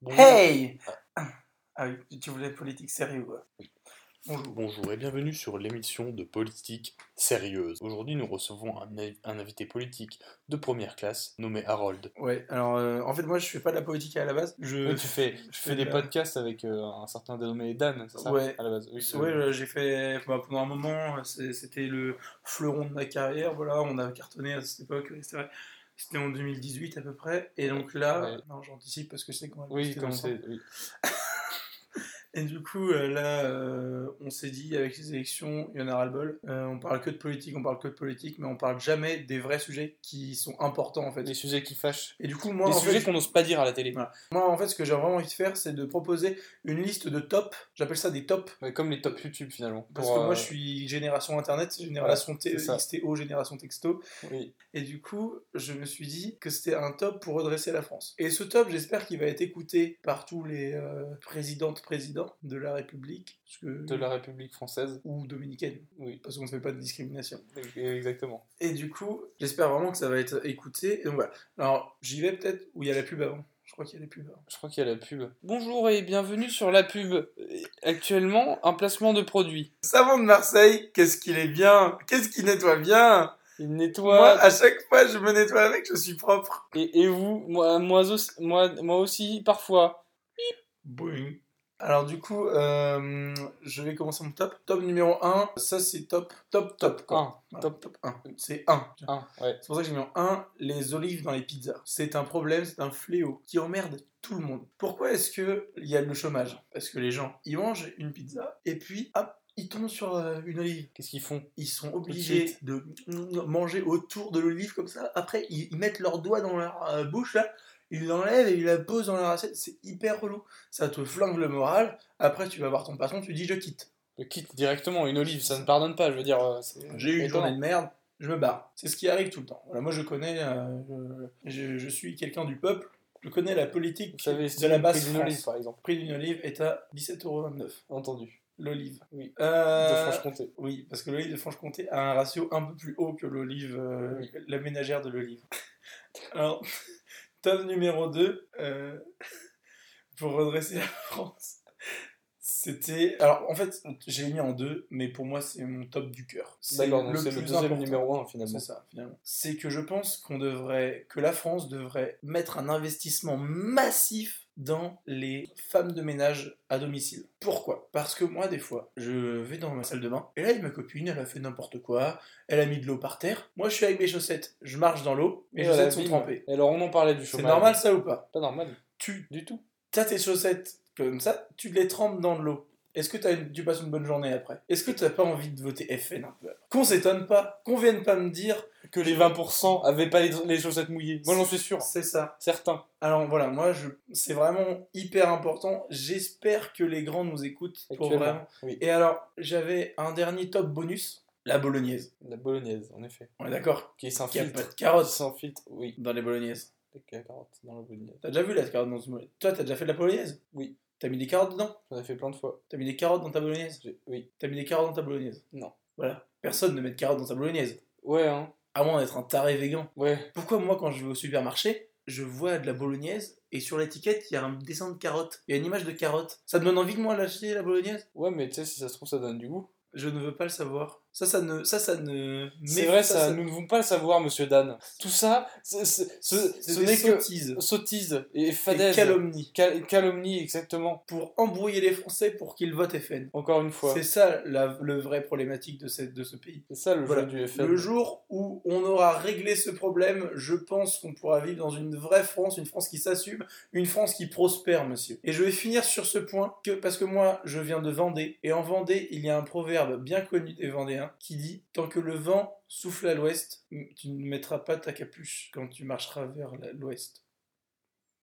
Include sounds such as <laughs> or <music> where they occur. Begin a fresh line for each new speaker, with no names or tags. Bonjour.
Hey Ah oui, tu voulais politique sérieux, quoi. Bonjour.
Bonjour et bienvenue sur l'émission de politique sérieuse. Aujourd'hui, nous recevons un, invi- un invité politique de première classe nommé Harold.
Ouais, alors euh, en fait, moi je fais pas de la politique à la base. Euh, Je...
Oui, tu fais, tu fais des
la-
podcasts avec euh, un certain dénommé Dan, c'est ça
Ouais.
À la base. Oui, c'est-
Ouais, euh, j'ai fait bah, pendant un moment, euh, c'est- c'était le fleuron de ma carrière. Voilà, on a cartonné à cette époque, ouais, c'est vrai. C'était en 2018 à peu près. Et donc là,
Ouais.
non, j'anticipe parce que je sais qu'on va le
oui
poster
comme
dans le
c'est. oui.
Et du coup, euh, là, euh, on s'est dit, avec les élections, il y en a ras-le-bol. Euh, on parle que de politique, on parle que de politique, mais on parle jamais des vrais sujets qui sont importants, en fait.
Des sujets qui fâchent.
Et du coup, moi,
des
en
sujets
fait,
qu'on n'ose pas dire à la télé.
Ouais. moi, en fait, ce que j'ai vraiment envie de faire, c'est de proposer une liste de tops. J'appelle ça des tops.
Ouais, comme les top YouTube finalement.
Parce
Pour,
que moi,
euh,
je suis génération Internet, génération T-
c'est ça.
XTO, génération texto.
oui.
Et du coup, je me suis dit que c'était un top pour redresser la France. Et ce top, j'espère qu'il va être écouté par tous les euh, présidentes, présidents de la République. parce que-
De la République française.
Ou dominicaine
Oui,
parce qu'on ne fait pas de discrimination.
exactement.
Et du coup, j'espère vraiment que ça va être écouté. Et donc voilà. Alors, j'y vais peut-être où il y a la pub avant. Je crois qu'il y a la pub avant.
Je crois qu'il y a la pub. Bonjour et bienvenue sur la pub. Euh, Actuellement, un placement de produit.
Savon de Marseille, qu'est-ce qu'il est bien Qu'est-ce qu'il nettoie bien
Il
Moi,
nettoie.
à chaque fois, je me nettoie avec, je suis propre.
Et, et vous, moi, moi, aussi, moi, moi aussi, parfois.
Boing. Alors du coup, euh, je vais commencer mon top. Top numéro 1, ça c'est top, top, top. Quoi.
Un.
Voilà,
Top
top 1. C'est 1.
Un, Ah, ouais.
C'est pour ça que j'ai mis en 1 les olives dans les pizzas. C'est un problème, c'est un fléau qui emmerde tout le monde. Pourquoi est-ce qu'il y a le chômage Parce que les gens, ils mangent une pizza et puis, hop, ils tombent sur euh, une olive.
Qu'est-ce qu'ils font
Ils sont obligés de manger autour de l'olive comme ça. Après, ils ils mettent leurs doigts dans leur euh, bouche, là. Ils l'enlèvent et ils la posent dans leur assiette. C'est hyper relou. Ça te flingue le moral. Après, tu vas voir ton patron, tu dis je quitte.
Le kit directement, une olive, ça ne pardonne pas, je veux dire. euh, c'est-
J'ai eu une
étonnant.
journée de merde. Je me barre. C'est ce qui arrive tout le temps. Voilà, moi, je connais. euh, je, je- je suis quelqu'un du peuple. Je connais la politique
Vous savez,
de la base
d'une olive,
France.
par exemple.
prix d'une olive est à 17,29€.
Entendu.
L'olive.
Oui.
Euh,
De Franche-Comté.
Oui, parce que l'olive de Franche-Comté a un ratio un peu plus haut que l'olive, euh,
Oui.
la ménagère de l'olive. Alors, <laughs> tome numéro 2, <laughs> pour redresser la France, c'était... Alors, en fait, j'ai mis en deux, mais pour moi, c'est mon top du cœur.
D'accord, donc c'est le
plus
deuxième
important.
numéro 1 finalement.
C'est ça, finalement. C'est que je pense qu'on devrait, que la France devrait mettre un investissement massif dans les femmes de ménage à domicile. Pourquoi Parce que moi, des fois, je vais dans ma salle de bain, et là, il y a ma copine, elle a fait n'importe quoi, elle a mis de l'eau par terre. Moi, je suis avec mes chaussettes, je marche dans l'eau, mes
Et voilà,
chaussettes sont
bim.
trempées.
Et alors on en parlait du
C'est
chômage.
normal, ça, ou pas
Pas normal
Tu
du tout.
as tes chaussettes comme ça, tu les trempes dans de l'eau. Est-ce que t'as une- tu passes une bonne journée après Est-ce que t'as pas envie de voter FN un peu après Qu'on s'étonne pas, qu'on vienne pas me dire,
Que les 20% avaient pas les, les chaussettes mouillées. Moi j'en suis sûr.
c'est ça.
Certains.
Alors voilà, moi je... c'est vraiment hyper important. J'espère que les grands nous écoutent pour
Actuellement,
vraiment.
oui.
Et alors, j'avais un dernier top bonus, la bolognaise.
La bolognaise, en effet.
On est d'accord
Qui
Qu'il n'y a pas
s'infiltre.
de
Qui
carotte
s'infiltre, oui.
dans les bolognaises.
Avec la carotte dans la bolognaise.
T'as déjà vu la carotte dans une bolognaise Toi, t'as déjà fait de la bolognaise
Oui.
T'as mis des carottes dedans
J'en ai fait plein de fois.
T'as mis des carottes dans ta bolognaise
J'ai- Oui.
T'as mis des carottes dans ta bolognaise
Non.
Voilà. Personne ne met de carottes dans sa bolognaise.
Ouais, hein.
À moins d'être un taré végan.
Ouais.
Pourquoi moi quand je vais au supermarché, je vois de la bolognaise et sur l'étiquette il y a un dessin de carotte. Il y a une image de carotte. Ça me donne envie de moi l'acheter la bolognaise
Ouais, mais tu sais, si ça se trouve, ça donne du goût.
Je ne veux pas le savoir. Ça, ça ne, ça, ça ne.
C'est
mais
vrai, ça, nous ne devons pas le savoir, monsieur Dan. Tout ça, c'est- c'est- ce,
C'est
ce
des
n'est que
sottises,
sottise et
des
fadaise.
calomnies
Cal- calomnie, exactement.
pour embrouiller les Français pour qu'ils votent FN.
Encore une fois.
C'est ça la, le vrai problématique de, cette, de ce pays.
C'est ça le
Voilà.
jeu du FN.
Le jour où on aura réglé ce problème, je pense qu'on pourra vivre dans une vraie France, une France qui s'assume, une France qui prospère, monsieur. Et je vais finir sur ce point, que, parce que moi, je viens de Vendée, et en Vendée, il y a un proverbe bien connu des Vendéens qui dit Tant que le vent souffle à l'ouest, tu ne mettras pas ta capuche quand tu marcheras vers la- l'ouest.